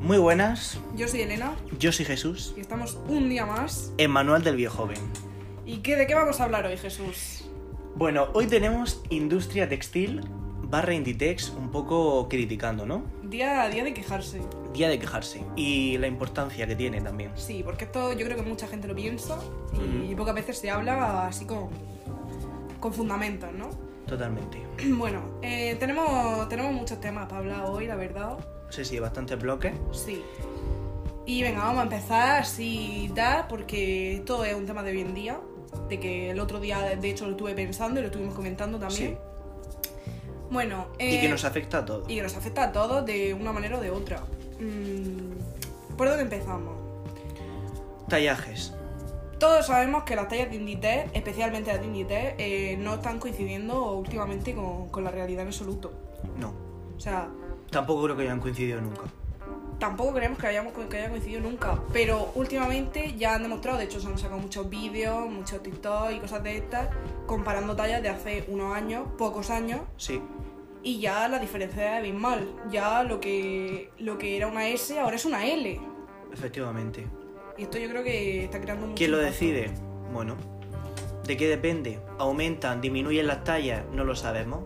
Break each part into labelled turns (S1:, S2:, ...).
S1: Muy buenas,
S2: Yo soy Elena
S1: yo soy Jesús,
S2: y estamos un día más.
S1: en Manual del Viejo Joven.
S2: ¿Y qué, de qué vamos a hablar hoy, Jesús?
S1: Bueno, hoy tenemos industria textil barra Inditex un poco criticando, ¿no?
S2: Día a día de quejarse.
S1: Día de quejarse y la importancia que tiene también.
S2: Sí, porque esto yo creo que mucha gente lo piensa y pocas veces se habla así con, con fundamentos, ¿no?
S1: Totalmente.
S2: Bueno, eh, tenemos, tenemos muchos temas para hablar hoy, la verdad.
S1: No sé si hay bastantes bloques.
S2: Sí. Y venga, vamos a empezar así da, porque esto es un tema de hoy en día, de que el otro día de hecho lo estuve pensando y lo estuvimos comentando también. Bueno,
S1: Y que
S2: eh,
S1: nos afecta a todos.
S2: y que nos afecta a todos de una manera o de otra. Mm, ¿Por dónde empezamos?
S1: Tallajes.
S2: Todos sabemos que las tallas de Inditex, especialmente las de Inditex, eh, no están coincidiendo últimamente con, con la realidad en absoluto.
S1: No.
S2: O sea,
S1: Tampoco creo que hayan coincidido nunca.
S2: tampoco creemos que, hayamos, co- que haya coincidido nunca, pero últimamente ya han demostrado, de hecho se han sacado muchos vídeos, muchos TikTok y cosas de estas, comparando tallas de hace unos años, pocos años,
S1: Sí.
S2: y ya la diferencia es abismal. Ya lo que, lo que era una S ahora es una L.
S1: Efectivamente.
S2: Y esto yo creo que está creando mucho
S1: ¿Quién lo
S2: impacto.
S1: decide? Bueno. ¿De qué depende? ¿Aumentan? ¿Disminuyen las tallas? No lo sabemos.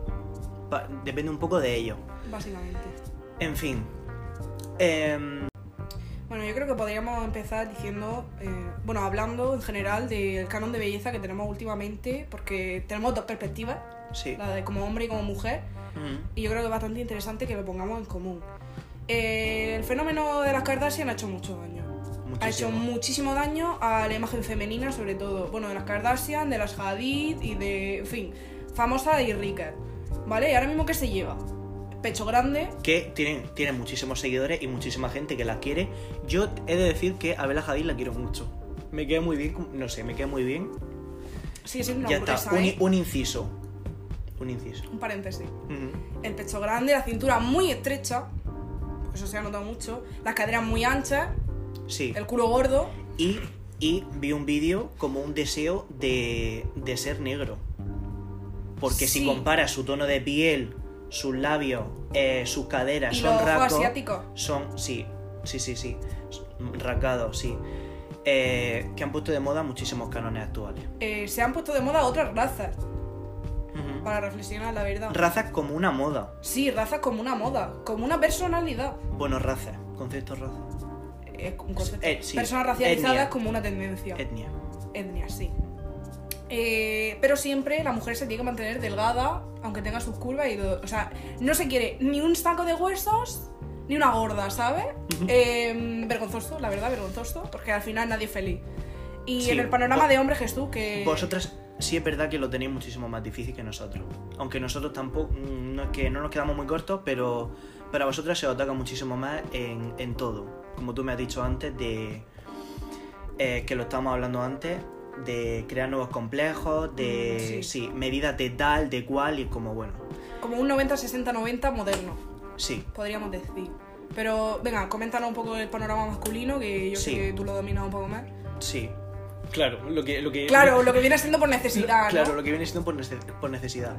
S1: Pa- depende un poco de ello.
S2: Básicamente.
S1: En fin. Em,
S2: Bueno, yo creo que podríamos empezar diciendo, eh, bueno, hablando en general del canon de belleza que tenemos últimamente, porque tenemos dos perspectivas,
S1: sí.
S2: la de como hombre y como mujer,
S1: Mm,
S2: y yo creo que es bastante interesante que lo pongamos en común. Eh, el fenómeno de las Kardashian ha hecho mucho daño. Ha
S1: muchísimo.
S2: hecho muchísimo daño a la imagen femenina, sobre todo. Bueno, de las Kardashian, de las Hadid y de, en fin, famosa y rica. ¿Vale? ¿Y ahora mismo qué se lleva? Pecho grande,
S1: Que tiene, tiene muchísimos seguidores y muchísima gente que la quiere. Yo he de decir que a Bella Hadid la quiero mucho. Me queda muy bien, como- no sé, me queda muy bien.
S2: sigue siendo una
S1: ya está,
S2: hamburguesa,
S1: un,
S2: ¿eh?
S1: un inciso. Un inciso.
S2: Un paréntesis.
S1: Mm,
S2: El pecho grande, la cintura muy estrecha, porque eso se ha notado mucho. Las caderas muy anchas,
S1: Sí.
S2: el culo gordo.
S1: Y, y vi un vídeo como un deseo de, de ser negro. Porque
S2: Sí.
S1: si comparas su tono de piel, sus labios, eh, sus caderas,
S2: Y los
S1: son
S2: ojos
S1: rasgos.
S2: asiáticos.
S1: Son, sí, sí, sí, sí. Rasgados, sí. Eh, que han puesto de moda muchísimos canones actuales.
S2: Eh, se han puesto de moda otras razas,
S1: Ujú.
S2: para reflexionar, la verdad.
S1: Razas como una moda.
S2: Sí, razas como una moda, como una personalidad.
S1: Bueno, razas, concepto raza.
S2: Es un concepto.
S1: Eh, sí.
S2: Personas racializadas
S1: Etnia.
S2: como una tendencia.
S1: Etnia.
S2: Etnia, sí. Eh, pero siempre la mujer se tiene que mantener delgada, aunque tenga sus curvas y todo. O sea, no se quiere ni un saco de huesos ni una gorda, ¿sabes?
S1: Ujú.
S2: Eh, vergonzoso, la verdad, vergonzoso, porque al final nadie es feliz. Y
S1: Sí,
S2: en el panorama
S1: vos-
S2: de hombres, Jesús, que.
S1: Vosotras sí es verdad que lo tenéis muchísimo más difícil que nosotros. Aunque nosotros tampoco, mm, no es que no nos quedamos muy cortos, pero para vosotras se os ataca muchísimo más en, en todo. Como tú me has dicho antes, de eh, que lo estábamos hablando antes, de crear nuevos complejos, de
S2: Mm, sí.
S1: sí. medidas de tal, de cual, y como bueno.
S2: Como un 90, 60, 90 moderno,
S1: Sí,
S2: podríamos decir. Pero venga, coméntanos un poco el panorama masculino, que yo
S1: Sí.
S2: sé que tú lo dominas un poco más.
S1: sí. Claro, lo que. Eh, Lo que
S2: Claro, lo que viene siendo por necesidad. ¿no?
S1: Claro, lo que viene siendo por, nece- por necesidad.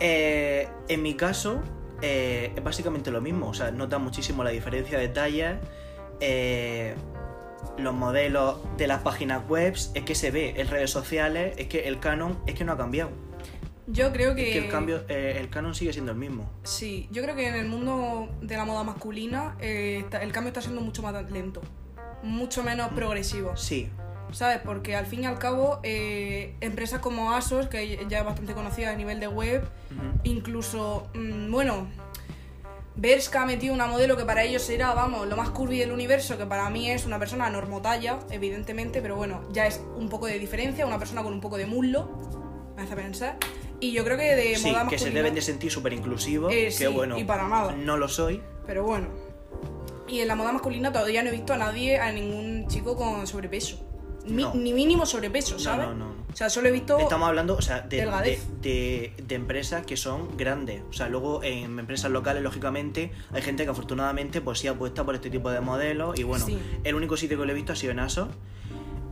S1: Eh, en mi caso, eh, es básicamente lo mismo. O sea, nota muchísimo la diferencia de tallas. eh, los modelos de las páginas web, es que se ve. En redes sociales, es que el canon es que no ha cambiado.
S2: Yo creo que.
S1: Es que el, cambio, eh, el canon sigue siendo el mismo.
S2: Sí, yo creo que en el mundo de la moda masculina eh, está- el cambio está siendo mucho más lento, mucho menos progresivo,
S1: Sí,
S2: ¿sabes? Porque al fin y al cabo, eh, empresas como ASOS, que ya es bastante conocida a nivel de web,
S1: ujú,
S2: incluso, mm, bueno, Berska ha metido una modelo que para ellos era, vamos, lo más curvy del universo, que para mí es una persona normotalla, evidentemente, pero bueno, ya es un poco de diferencia, una persona con un poco de muslo, me hace pensar. Y yo creo que de
S1: sí
S2: Eh, moda
S1: que se
S2: masculina-
S1: deben de sentir súper inclusivos.
S2: Eh,
S1: que
S2: sí,
S1: bueno,
S2: y para nada.
S1: no lo soy.
S2: Pero bueno. Y en la moda masculina todavía no he visto a nadie, a ningún chico con sobrepeso. Mi-
S1: No.
S2: Ni mínimo sobrepeso,
S1: No,
S2: ¿sabes?
S1: no, no, no.
S2: O sea, solo he visto.
S1: Estamos hablando, o sea, de, de,
S2: Delgadez.
S1: de- de empresas que son grandes. O sea, luego en empresas locales, lógicamente, hay gente que afortunadamente pues sí apuesta por este tipo de modelos. Y bueno,
S2: Sí.
S1: el único sitio que lo he visto ha sido en ASO.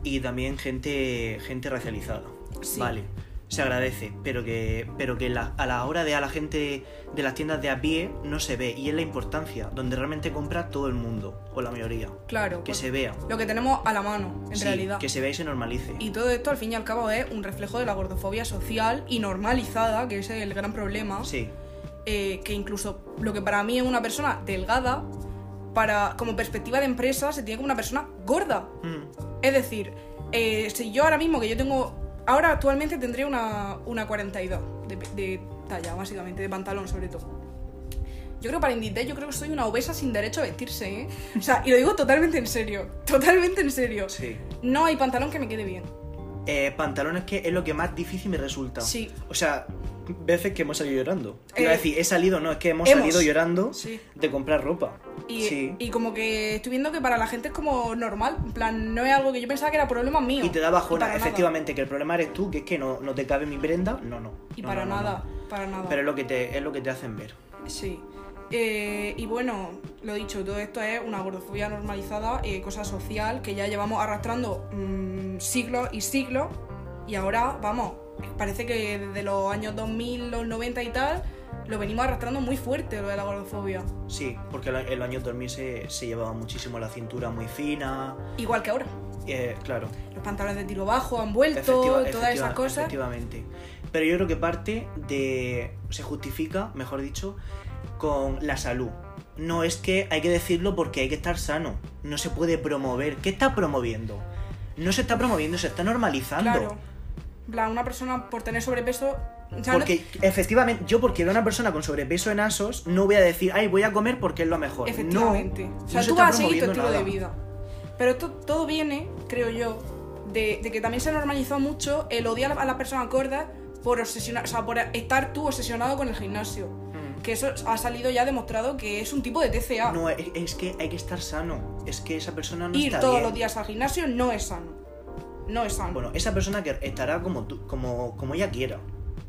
S1: Y también gente, gente racializada.
S2: Sí.
S1: Vale. se agradece, pero que, pero que la- a la hora de a la gente de las tiendas de a pie no se ve. Y es la importancia, donde realmente compra todo el mundo, o la mayoría.
S2: Claro.
S1: Que
S2: pues,
S1: se vea.
S2: Lo que tenemos a la mano, en
S1: Sí,
S2: realidad.
S1: Que se vea y se normalice.
S2: Y todo esto, al fin y al cabo, es un reflejo de la gordofobia social y normalizada, que es el gran problema.
S1: Sí,
S2: eh, que incluso lo que para mí es una persona delgada, para, como perspectiva de empresa, se tiene como una persona gorda.
S1: Mm,
S2: Es decir, eh, si yo ahora mismo que yo tengo, ahora actualmente tendré una, una 42 de, de talla, básicamente, de pantalón sobre todo. Yo creo para Inditex, yo creo que soy una obesa sin derecho a vestirse, ¿eh? O sea, y lo digo totalmente en serio, totalmente en serio.
S1: sí.
S2: No hay pantalón que me quede bien.
S1: Eh, pantalones que es lo que más difícil me resulta.
S2: Sí.
S1: O sea, veces que hemos salido llorando.
S2: Eh,
S1: Iba a decir, he salido, no, es que hemos,
S2: hemos.
S1: salido llorando
S2: Sí.
S1: de comprar ropa.
S2: Y,
S1: sí.
S2: y como que estoy viendo que para la gente es como normal, en plan, no es algo que yo pensaba que era problema mío.
S1: Y te da
S2: Para
S1: bajona,
S2: nada.
S1: efectivamente, que el problema eres tú, que es que no, no te cabe mi prenda. No, no.
S2: Y
S1: No,
S2: para
S1: no, no,
S2: nada,
S1: no.
S2: para nada.
S1: Pero es lo que te, es lo que te hacen ver.
S2: Sí. Eh, y bueno, lo dicho, todo esto es una gordofobia normalizada, eh, cosa social que ya llevamos arrastrando mm, siglos y siglos. Y ahora, vamos, parece que desde los años 2000, los 90 y tal, lo venimos arrastrando muy fuerte lo de la gordofobia.
S1: Sí, porque el, el año 2000 se, se llevaba muchísimo la cintura muy fina.
S2: Igual que ahora.
S1: eh, claro.
S2: Los pantalones de tiro bajo han
S1: Efectiva-
S2: vuelto, todas
S1: efectiva-
S2: esas cosas.
S1: Efectivamente. Pero yo creo que parte de. se justifica, mejor dicho, con la salud. No es que hay que decirlo porque hay que estar sano. No se puede promover. ¿Qué está promoviendo? No se está promoviendo, se está normalizando.
S2: Claro. En plan, una persona por tener sobrepeso. o sea, no-
S1: Porque efectivamente, yo porque veo a una persona con sobrepeso en asos, no voy a decir, ay, voy a comer porque es lo mejor.
S2: Efectivamente.
S1: No,
S2: o sea,
S1: no se
S2: tú
S1: está
S2: vas a seguir tu
S1: promoviendo
S2: estilo de
S1: nada.
S2: vida. Pero esto todo viene, creo yo, de, de que también se normalizó mucho el odiar a las personas gordas por obsesionar, o sea, por estar tú obsesionado con el gimnasio.
S1: Mm.
S2: Que eso ha salido ya demostrado que es un tipo de TCA.
S1: No, es, es que hay que estar sano. Es que esa persona no
S2: Ir
S1: está
S2: todos
S1: bien.
S2: los días al gimnasio no es sano. No es sano.
S1: Bueno, esa persona que estará como, tú- como, como ella quiera.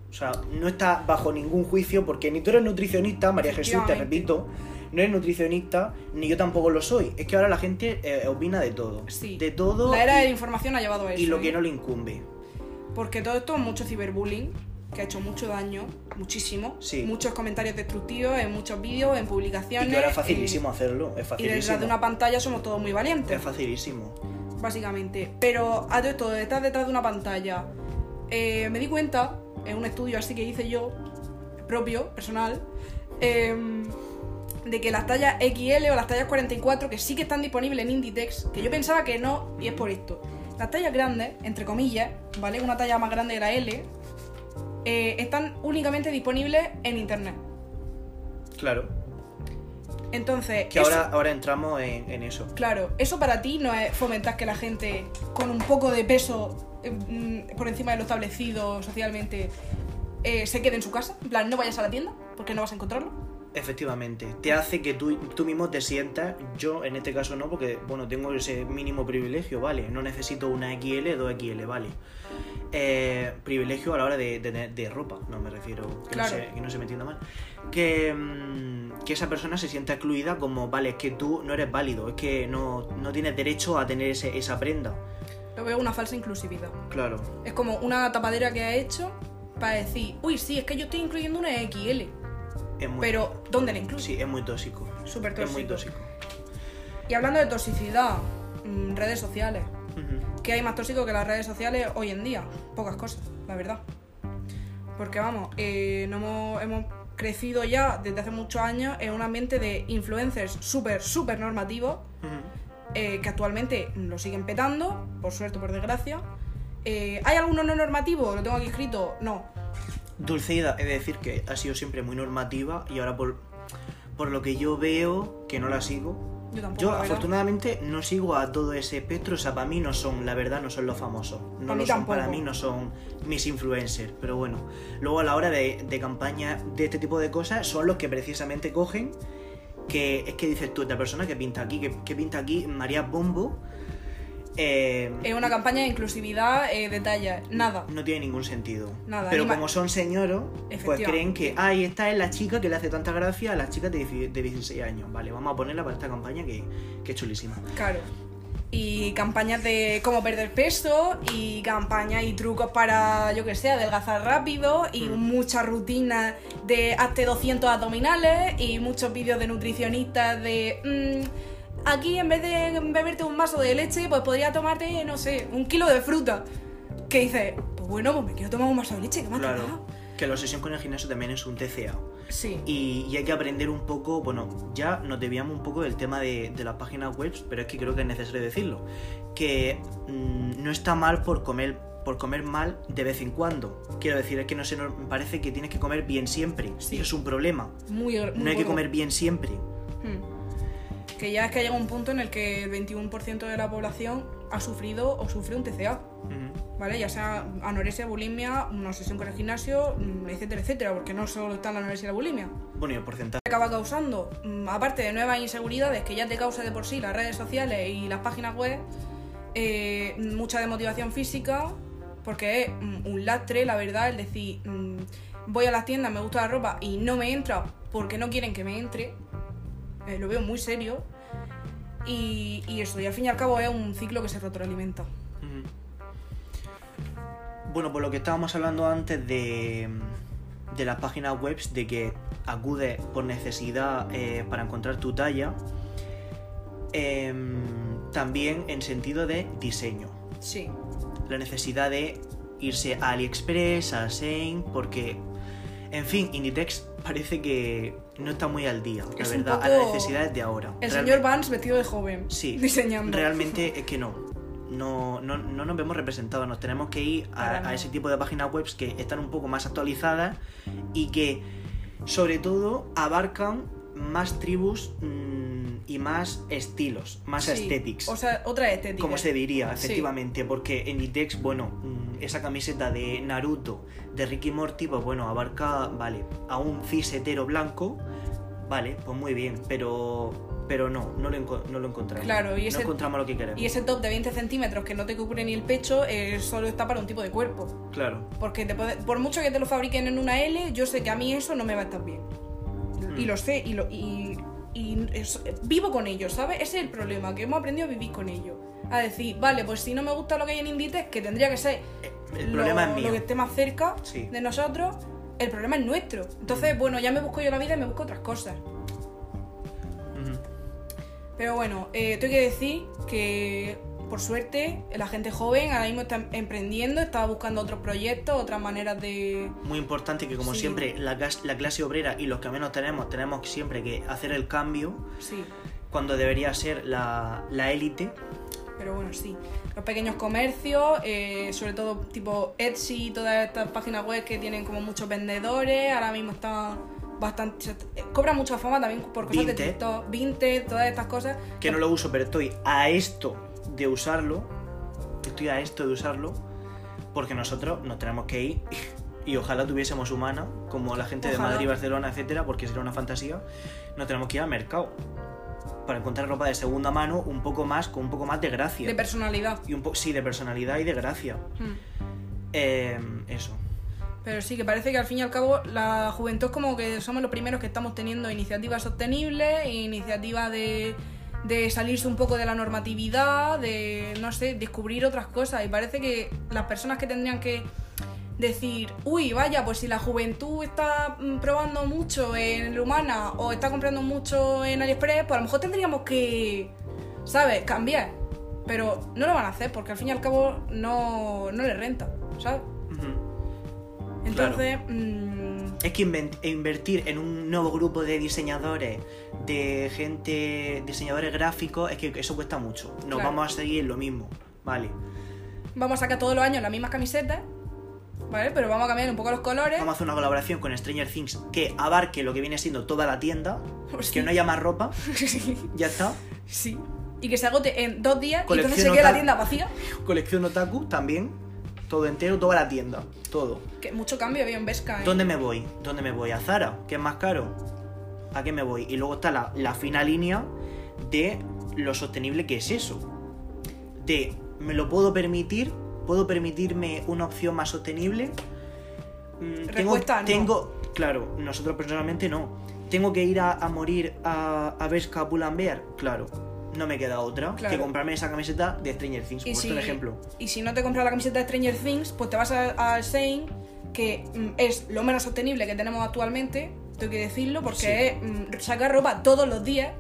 S1: O sea, no está bajo ningún juicio porque ni tú eres nutricionista, María Jesús, te
S2: Efectivamente.
S1: repito, no eres nutricionista, ni yo tampoco lo soy. Es que ahora la gente eh, opina de todo.
S2: Sí.
S1: De todo
S2: la era de la
S1: y,
S2: información ha llevado a eso.
S1: y lo
S2: ¿eh?
S1: que no le incumbe.
S2: Porque todo esto es mucho ciberbullying, que ha hecho mucho daño, muchísimo.
S1: Sí.
S2: Muchos comentarios destructivos en muchos vídeos, en
S1: Y
S2: publicaciones.
S1: que ahora es
S2: eh,
S1: facilísimo hacerlo. Es
S2: y detrás
S1: facilísimo.
S2: de una pantalla somos todos muy valientes,
S1: Es facilísimo.
S2: básicamente. Pero a todo esto, de estar detrás de una pantalla, eh, me di cuenta, en un estudio así que hice yo, propio, personal, em, de que las tallas XL o las tallas 44, que sí que están disponibles en Inditex, que yo pensaba que no, y es por esto. Las tallas grandes, entre comillas, ¿vale? Una talla más grande que la L, eh, están únicamente disponibles en Internet.
S1: Claro.
S2: Entonces,
S1: Que
S2: eso-
S1: ahora, ahora entramos en, en eso.
S2: Claro, eso para ti no es fomentar que la gente con un poco de peso eh, mm, por encima de lo establecido socialmente eh, se quede en su casa. En plan, no vayas a la tienda porque no vas a encontrarlo.
S1: Efectivamente, te hace que tú, tú mismo te sientas, yo en este caso no, porque bueno, tengo ese mínimo privilegio, vale, no necesito una XL, 2XL, vale. Eh, privilegio a la hora de, de- de ropa, no me refiero, que,
S2: Claro.
S1: no se, que no se me entienda mal. Que, mm, que esa persona se sienta excluida como, vale, es que tú no eres válido, es que no, no tienes derecho a tener ese- esa prenda.
S2: Lo veo una falsa inclusividad.
S1: Claro,
S2: Es como una tapadera que ha hecho para decir, uy, sí, es que yo estoy incluyendo una XL.
S1: es muy,
S2: Pero, ¿dónde la incluyo?
S1: sí, es muy tóxico.
S2: Súper
S1: Es muy
S2: tóxico.
S1: tóxico.
S2: Y hablando de toxicidad, mm, redes sociales.
S1: Ujú.
S2: ¿Qué hay más tóxico que las redes sociales hoy en día? Pocas cosas, la verdad. Porque vamos, eh, no hemos, hemos crecido ya desde hace muchos años en un ambiente de influencers súper, súper normativos,
S1: Ujú.
S2: eh, que actualmente lo siguen petando, por suerte, por desgracia. Eh, ¿Hay alguno no normativo? Lo tengo aquí escrito. No.
S1: Dulceida, es decir, que ha sido siempre muy normativa y ahora por, por lo que yo veo, que no la sigo.
S2: Yo tampoco.
S1: Yo
S2: la verdad.
S1: afortunadamente no sigo a todo ese espectro, o sea, para mí no son, la verdad, no son los famosos. No
S2: Pa' mí
S1: lo son, para
S2: tampoco.
S1: mí no son mis influencers, pero bueno. Luego a la hora de, de campañas de este tipo de cosas son los que precisamente cogen, que es que dices tú, esta persona que pinta aquí, que, que pinta aquí María Bombo, eh,
S2: Es una campaña de inclusividad eh, de talla. Nada.
S1: no tiene ningún sentido.
S2: Nada,
S1: Pero
S2: anima-
S1: como son señoros, pues
S2: Efectivamente.
S1: creen que, ay, esta es la chica que le hace tanta gracia a las chicas de 16 de 16 años. Vale, vamos a ponerla para esta campaña que, que es chulísima.
S2: Claro. y campañas de cómo perder peso y campañas y trucos para, yo que sé, adelgazar rápido y
S1: Mm.
S2: muchas rutinas de hazte 200 abdominales y muchos vídeos de nutricionistas de... mm, aquí en vez de beberte un vaso de leche, pues podría tomarte, no sé, un kilo de fruta. Que dices, pues bueno, pues me quiero tomar un vaso de leche, que me ha
S1: Claro.
S2: tardado".
S1: Que la obsesión con el gimnasio también es un TCA.
S2: Sí.
S1: Y, y hay que aprender un poco, bueno, ya nos debíamos un poco del tema de, de las páginas web, pero es que creo que es necesario decirlo, que mm, no está mal por comer por comer mal de vez en cuando. Quiero decir, es que no se nos parece que tienes que comer bien siempre.
S2: Sí.
S1: Eso es un problema.
S2: Muy, muy
S1: No hay que
S2: gordo.
S1: comer bien siempre.
S2: Hmm. Que ya es que llega un punto en el que el 21% de la población ha sufrido o sufre un TCA,
S1: Ujú.
S2: ¿vale? Ya sea anorexia, bulimia, una obsesión con el gimnasio, mm, etcétera, etcétera, porque no solo está la anorexia y la bulimia.
S1: Bueno, y el porcentaje.
S2: ¿Qué acaba causando? Mm, Aparte de nuevas inseguridades que ya te causa de por sí las redes sociales y las páginas web, eh, mucha desmotivación física, porque es mm, un lastre, la verdad, el decir, mm, voy a las tiendas, me gusta la ropa y no me entra porque no quieren que me entre, eh, lo veo muy serio, y, y eso, y al fin y al cabo es un ciclo que se retroalimenta.
S1: Ujú. Bueno, por lo que estábamos hablando antes de, de las páginas web, de que acudes por necesidad eh, para encontrar tu talla, em, también en sentido de diseño.
S2: Sí,
S1: La necesidad de irse a AliExpress, a Shein, porque, en fin, Inditex parece que no está muy al día, la
S2: Es un
S1: verdad, a
S2: poco
S1: las necesidades de ahora.
S2: el
S1: Realmente-
S2: señor Vance vestido de joven,
S1: Sí,
S2: diseñando.
S1: Realmente es que no. No, no, no nos vemos representados, nos tenemos que ir
S2: Para
S1: a,
S2: nada.
S1: a ese tipo de páginas web que están un poco más actualizadas y que sobre todo abarcan más tribus mm, y más estilos, más
S2: Sí,
S1: aesthetics,
S2: O sea, otra estética.
S1: como se diría,
S2: Sí.
S1: efectivamente, porque en Itex, bueno, mm, esa camiseta de Naruto, de Ricky Morty, pues bueno, abarca, vale, a un cis hetero blanco, vale, pues muy bien, pero pero no, no lo, enco- no lo encontramos.
S2: Claro, y ese-
S1: no encontramos lo que queremos.
S2: Y ese top de 20 centímetros que no te cubre ni el pecho eh, solo está para un tipo de cuerpo.
S1: Claro.
S2: Porque te puede- por mucho que te lo fabriquen en una L, yo sé que a mí eso no me va a estar bien. Y
S1: Mm.
S2: lo sé, y, lo, y, y es- vivo con ello, ¿sabes? Ese es el problema, que hemos aprendido a vivir con ello. A decir, vale, pues si no me gusta lo que hay en Inditex, que tendría que ser
S1: El
S2: lo-
S1: problema es
S2: lo
S1: mío.
S2: que esté más cerca
S1: Sí. Mm.
S2: de nosotros, el problema es nuestro. Entonces, bueno, ya me busco yo la vida y me busco otras cosas.
S1: Ujú.
S2: Pero bueno, eh, tengo que decir que por suerte la gente joven ahora mismo está emprendiendo, está buscando otros proyectos, otras maneras de...
S1: Muy importante que como
S2: Sí.
S1: siempre la, gas- la clase obrera y los que menos tenemos, tenemos siempre que hacer el cambio
S2: Sí,
S1: cuando debería ser la la élite.
S2: pero bueno, sí. Los pequeños comercios, eh, sobre todo tipo Etsy, todas estas páginas web que tienen como muchos vendedores, ahora mismo están bastante... se- eh, Cobran mucha fama también por cosas de
S1: Vinted.
S2: TikTok, Vinted, todas estas cosas.
S1: que no lo uso, pero estoy a esto de usarlo. Estoy a esto de usarlo. Porque nosotros nos tenemos que ir. Y ojalá tuviésemos humana, como la gente
S2: Ojalá.
S1: de Madrid, Barcelona, etcétera, porque sería una fantasía. Nos tenemos que ir al mercado. Para encontrar ropa de segunda mano, un poco más, con un poco más de gracia.
S2: De personalidad.
S1: y un po- sí, de personalidad y de gracia.
S2: Hmm.
S1: Eh, eso.
S2: Pero sí, que parece que al fin y al cabo la juventud es como que somos los primeros que estamos teniendo iniciativas sostenibles, iniciativas de, de salirse un poco de la normatividad, de, no sé, descubrir otras cosas. Y parece que las personas que tendrían que decir, uy, vaya, pues si la juventud está mm, probando mucho en Lumana o está comprando mucho en AliExpress, pues a lo mejor tendríamos que, ¿sabes?, cambiar. Pero no lo van a hacer porque al fin y al cabo no, no les renta, ¿sabes?
S1: Ujú.
S2: Entonces, mm,
S1: Es que inven- e invertir en un nuevo grupo de diseñadores, de gente, diseñadores gráficos, es que eso cuesta mucho. Nos
S2: Claro.
S1: vamos a seguir en lo mismo. Vale.
S2: vamos a sacar todos los años las mismas camisetas, ¿vale? Pero vamos a cambiar un poco los colores.
S1: Vamos a hacer una colaboración con Stranger Things que abarque lo que viene siendo toda la tienda,
S2: Pues
S1: que
S2: sí.
S1: no haya más ropa,
S2: sí,
S1: ya está.
S2: sí. Y que se agote en dos días y entonces se
S1: Colecciono
S2: quede la
S1: tal.
S2: tienda vacía.
S1: Colección Otaku también, todo entero, toda la tienda, todo.
S2: Que mucho cambio había en Vesca. ¿eh?
S1: ¿Dónde me voy? ¿Dónde me voy? ¿A Zara? ¿Que es más caro? ¿A qué me voy? Y luego está la, la fina línea de lo sostenible que es eso. De, ¿me lo puedo permitir? ¿Puedo permitirme una opción más sostenible? Mm, Tengo,
S2: Respuesta, no.
S1: tengo, claro, nosotros personalmente no. ¿Tengo que ir a, a morir a, a Bershka Pull&Bear? Claro. no me queda otra
S2: Claro.
S1: que comprarme esa camiseta de Stranger Things, por un ejemplo.
S2: y si no te compras la camiseta de Stranger Things, pues te vas a- al Shane, que mm, es lo menos sostenible que tenemos actualmente, tengo que decirlo, porque
S1: Sí.
S2: es mm, sacar ropa todos los días.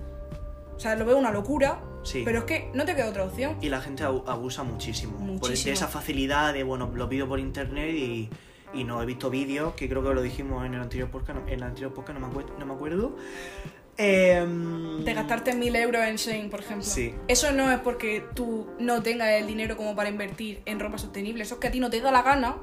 S2: O sea, lo veo una locura,
S1: Sí.
S2: pero es que no te queda otra opción.
S1: Y la gente abu- abusa muchísimo, Por de
S2: Muchísimo.
S1: esa facilidad de, bueno, lo pido por internet y, y no he visto vídeos, que creo que lo dijimos en el anterior podcast, no, en el anterior podcast no, me acuerdo, no me acuerdo. Em,
S2: De gastarte mil euros en Shane, por ejemplo.
S1: Sí.
S2: Eso no es porque tú no tengas el dinero como para invertir en ropa sostenible. Eso es que a ti no te da la gana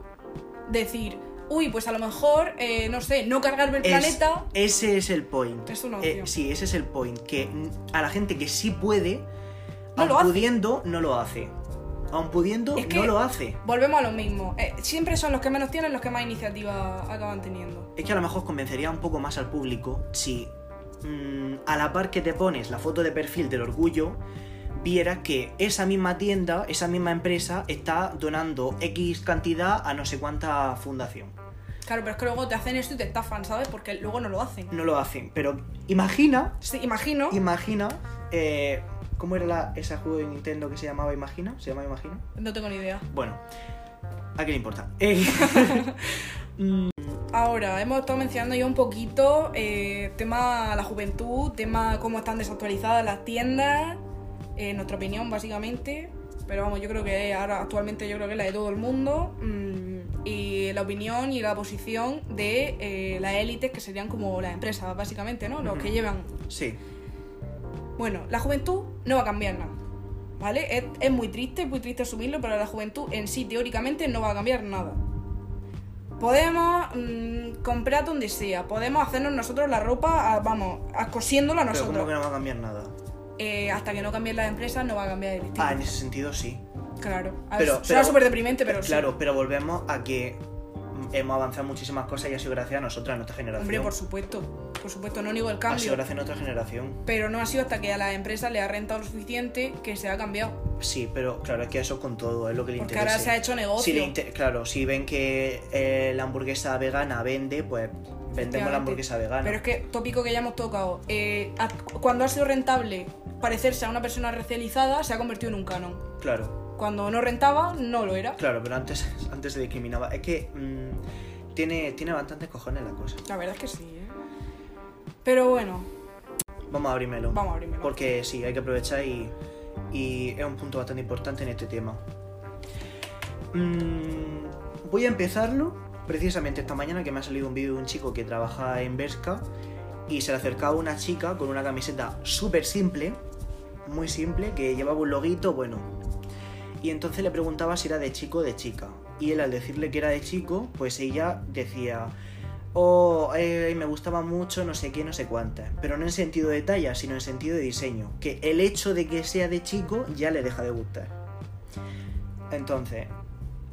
S2: decir, uy, pues a lo mejor, eh, no sé, no cargarme el
S1: es-
S2: planeta.
S1: Ese es el point.
S2: Es una
S1: Eh,
S2: opción.
S1: sí, ese es el point. Que mm, a la gente que sí puede,
S2: No
S1: aun
S2: lo hace.
S1: pudiendo, no lo hace. Aun pudiendo,
S2: Es que-
S1: no lo hace.
S2: Volvemos a lo mismo. Eh, siempre son los que menos tienen los que más iniciativa acaban teniendo.
S1: Es que a lo mejor convencería un poco más al público si mm, a la par que te pones la foto de perfil del orgullo, vieras que esa misma tienda, esa misma empresa está donando X cantidad a no sé cuánta fundación.
S2: Claro, pero es que luego te hacen esto y te estafan, ¿sabes? Porque luego no lo hacen.
S1: No lo hacen, pero imagina,
S2: Sí, imagino.
S1: imagina, eh, ¿cómo era la, ese juego de Nintendo que se llamaba Imagina? ¿Se llamaba Imagina?
S2: No tengo ni idea.
S1: Bueno, ¿a qué le importa? Eh,
S2: Ahora, hemos estado mencionando ya un poquito eh, tema la juventud, tema cómo están desactualizadas las tiendas, eh, nuestra opinión básicamente, pero vamos, yo creo que ahora actualmente yo creo que es la de todo el mundo, mm, y la opinión y la posición de eh, las élites que serían como las empresas básicamente, ¿no? Los
S1: Ujú.
S2: que llevan
S1: sí,
S2: Bueno, la juventud no va a cambiar nada. ¿Vale? Es, es muy triste, es muy triste asumirlo, pero la juventud en sí teóricamente no va a cambiar nada. Podemos mm, comprar donde sea, podemos hacernos nosotros la ropa, a- vamos, a- cosiéndola
S1: pero
S2: nosotros.
S1: ¿cómo que no va a cambiar nada?
S2: Eh, hasta que no cambien las empresas no va a cambiar el estilo.
S1: Ah, en ese sentido sí.
S2: claro. A ver,
S1: pero-
S2: suena
S1: pero-
S2: súper deprimente, pero sí.
S1: claro, pero volvemos a que hemos avanzado muchísimas cosas y ha sido gracias a nosotras, a nuestra generación.
S2: Hombre, por supuesto. Por supuesto, no niego el
S1: ha sido
S2: cambio.
S1: gracias a nuestra generación.
S2: Pero no ha sido hasta que a las empresas le ha rentado lo suficiente que se ha cambiado.
S1: Sí, pero claro, es que eso con todo es lo que le
S2: Porque
S1: interesa.
S2: ahora se ha hecho negocio.
S1: Si le inter- claro, si ven que eh, la hamburguesa vegana vende, pues vendemos la
S2: Efectivamente.
S1: hamburguesa vegana.
S2: Pero es que, tópico que ya hemos tocado, eh, a- cuando ha sido rentable parecerse a una persona racializada, se ha convertido en un canon.
S1: Claro,
S2: Cuando no rentaba, no lo era.
S1: claro, pero antes, antes se discriminaba. Es que mm, tiene, tiene bastantes cojones la cosa.
S2: La verdad es que sí, ¿eh? Pero bueno,
S1: Vamos a abrirmelo.
S2: vamos a abrirme
S1: Porque sí, hay que aprovechar y, y es un punto bastante importante en este tema. Mm, voy a empezarlo precisamente esta mañana que me ha salido un vídeo de un chico que trabaja en Berska y se le acercaba una chica con una camiseta súper simple, muy simple, que llevaba un loguito, bueno. Y entonces le preguntaba si era de chico o de chica. Y él al decirle que era de chico, pues ella decía, o eh, me gustaba mucho, no sé qué, no sé cuántas. Pero no en sentido de talla, sino en sentido de diseño. Que el hecho de que sea de chico ya le deja de gustar. Entonces,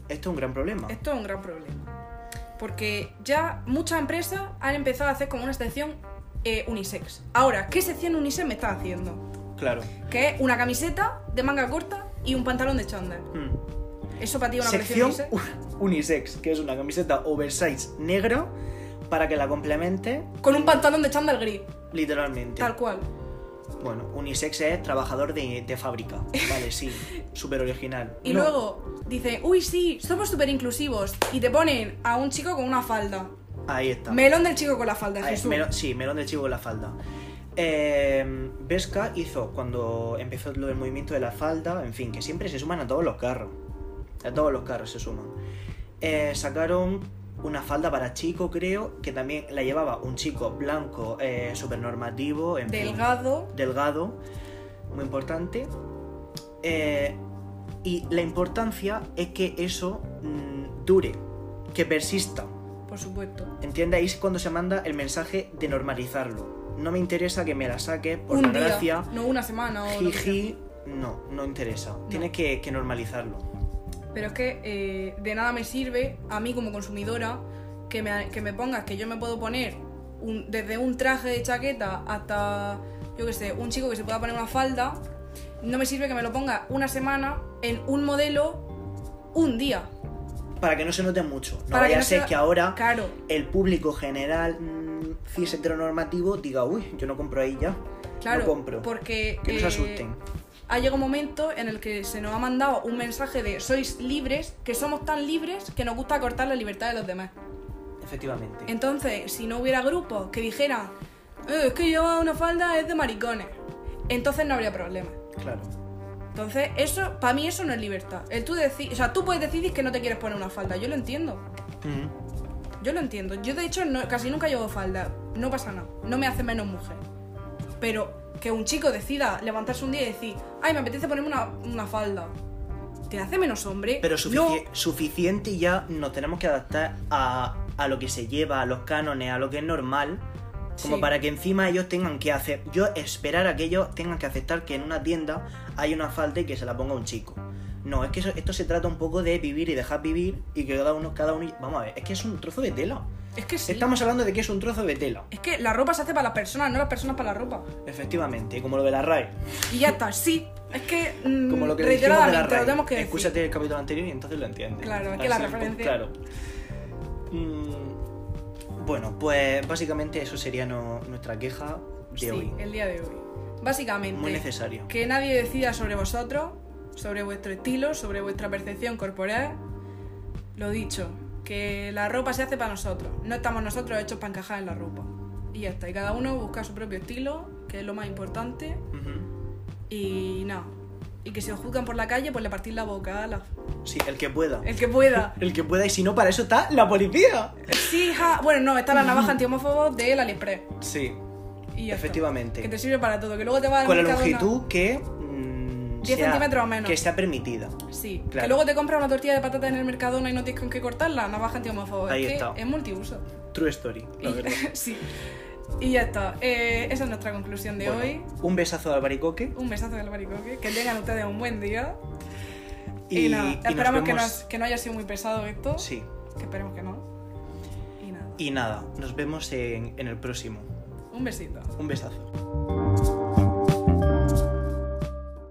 S1: esto es un gran problema.
S2: Esto es un gran problema. Porque ya muchas empresas han empezado a hacer como una sección eh, unisex. Ahora, ¿qué sección unisex me está haciendo?
S1: Claro.
S2: Que es una camiseta de manga corta y un pantalón de chándal.
S1: Hmm.
S2: Eso para ti es una colección
S1: Sección
S2: unisex.
S1: unisex, que es una camiseta oversize negra para que la complemente
S2: Con un pantalón de chándal gris,
S1: literalmente.
S2: tal cual.
S1: Bueno, unisex es trabajador de, de fábrica. Vale, sí. Súper original.
S2: Y
S1: No,
S2: luego dice, uy, sí, somos súper inclusivos. Y te ponen a un chico con una falda.
S1: Ahí está.
S2: Melón del chico con la falda,
S1: Ah,
S2: Jesús.
S1: melón- sí, melón del chivo con la falda. Eh, Vesca hizo cuando empezó lo del movimiento de la falda, en fin, que siempre se suman a todos los carros. A todos los carros se suman. Eh, sacaron una falda para chico, creo, que también la llevaba un chico blanco, eh, súper normativo, en fin
S2: Delgado.
S1: delgado, muy importante. Eh, y la importancia es que eso mm, dure, que persista.
S2: Por supuesto.
S1: Entiende, ahí es cuando se manda el mensaje de normalizarlo. No me interesa que me la saques por
S2: un
S1: la
S2: día.
S1: gracia.
S2: No una semana o lo que sea.
S1: Jiji, no, no interesa. Tienes que, que normalizarlo.
S2: Pero es que eh, de nada me sirve a mí como consumidora que me, que me pongas que yo me puedo poner un- desde un traje de chaqueta hasta, yo qué sé, un chico que se pueda poner una falda. No me sirve que me lo ponga una semana en un modelo un día.
S1: Para que no se note mucho. No
S2: Para que
S1: vaya
S2: no
S1: a ser
S2: sea-
S1: que ahora
S2: Claro.
S1: el público general mm, cis heteronormativo diga, uy, yo no compro ahí ya.
S2: Claro,
S1: lo compro.
S2: porque...
S1: Que no se
S2: eh,
S1: asusten.
S2: Ha llegado un momento en el que se nos ha mandado un mensaje de sois libres, que somos tan libres que nos gusta cortar la libertad de los demás.
S1: Efectivamente.
S2: Entonces, si no hubiera grupos que dijeran, "Eh, es que llevar una falda es de maricones, entonces no habría problema.
S1: Claro.
S2: Entonces, eso, para mí eso no es libertad. El tú deci- o sea, tú puedes decidir que no te quieres poner una falda, yo lo entiendo.
S1: Ujú.
S2: Yo lo entiendo. Yo de hecho no- casi nunca llevo falda. No pasa nada. No me hace menos mujer. Pero que un chico decida levantarse un día y decir, ay, me apetece ponerme una, una falda. ¿Te hace menos hombre?
S1: Pero sufici-
S2: No.
S1: suficiente ya nos tenemos que adaptar a, a lo que se lleva, a los cánones, a lo que es normal. Como
S2: Sí.
S1: para que encima ellos tengan que hacer. Yo esperar a que ellos tengan que aceptar que en una tienda hay una falda y que se la ponga un chico. No, es que eso- esto se trata un poco de vivir y dejar vivir y que cada uno, cada uno. Vamos a ver, es que es un trozo de tela.
S2: Es que sí.
S1: Estamos hablando de que es un trozo de tela.
S2: Es que la ropa se hace para las personas, no las personas para la ropa.
S1: Efectivamente, como lo de la RAE.
S2: Y ya está, sí. Es que. mm,
S1: Como lo que le dijimos de la
S2: reiteradamente
S1: RAE.
S2: lo tenemos que decir.
S1: Escúchate el capítulo anterior y entonces lo entiendes.
S2: Claro, es que la
S1: Así, pues,
S2: referencia-
S1: Claro. Mm, bueno, pues básicamente eso sería no- nuestra queja de
S2: Sí,
S1: hoy.
S2: el día de hoy. Básicamente.
S1: Muy necesario.
S2: Que nadie decida sobre vosotros, sobre vuestro estilo, sobre vuestra percepción corporal. Lo dicho, que la ropa se hace para nosotros. No estamos nosotros hechos para encajar en la ropa. Y ya está. Y cada uno busca su propio estilo, que es lo más importante.
S1: Ujú.
S2: Y nada. Y que si os juzgan por la calle, pues le partís la boca. ala.
S1: Sí, el que pueda.
S2: El que pueda.
S1: El que pueda, y si no, para eso está la policía.
S2: Sí, ja. Bueno, no, está la navaja antihomófobo del Aliexpress.
S1: Sí,
S2: Y ya está.
S1: Efectivamente.
S2: Que te sirve para todo. Que luego te va a
S1: con la longitud que. mm,
S2: 10
S1: sea-
S2: centímetros o menos.
S1: Que sea permitida.
S2: Sí,
S1: Claro.
S2: que luego te compras una tortilla de patata en el Mercadona y no tienes con qué cortarla, navaja antihomófobo.
S1: Ahí
S2: es que
S1: está.
S2: es multiuso.
S1: True story, la
S2: Y-
S1: verdad.
S2: sí. Y ya está. Eh, esa es nuestra conclusión de
S1: Bueno,
S2: hoy.
S1: Un besazo al baricoque.
S2: Un besazo del baricoque. Que tengan ustedes un buen día.
S1: Y,
S2: Y, nada,
S1: y nos
S2: esperamos que,
S1: vemos-
S2: no, que no haya sido muy pesado esto.
S1: Sí.
S2: Que esperemos que no. Y nada.
S1: Y nada, nos vemos en, en el próximo.
S2: Un besito.
S1: Un besazo.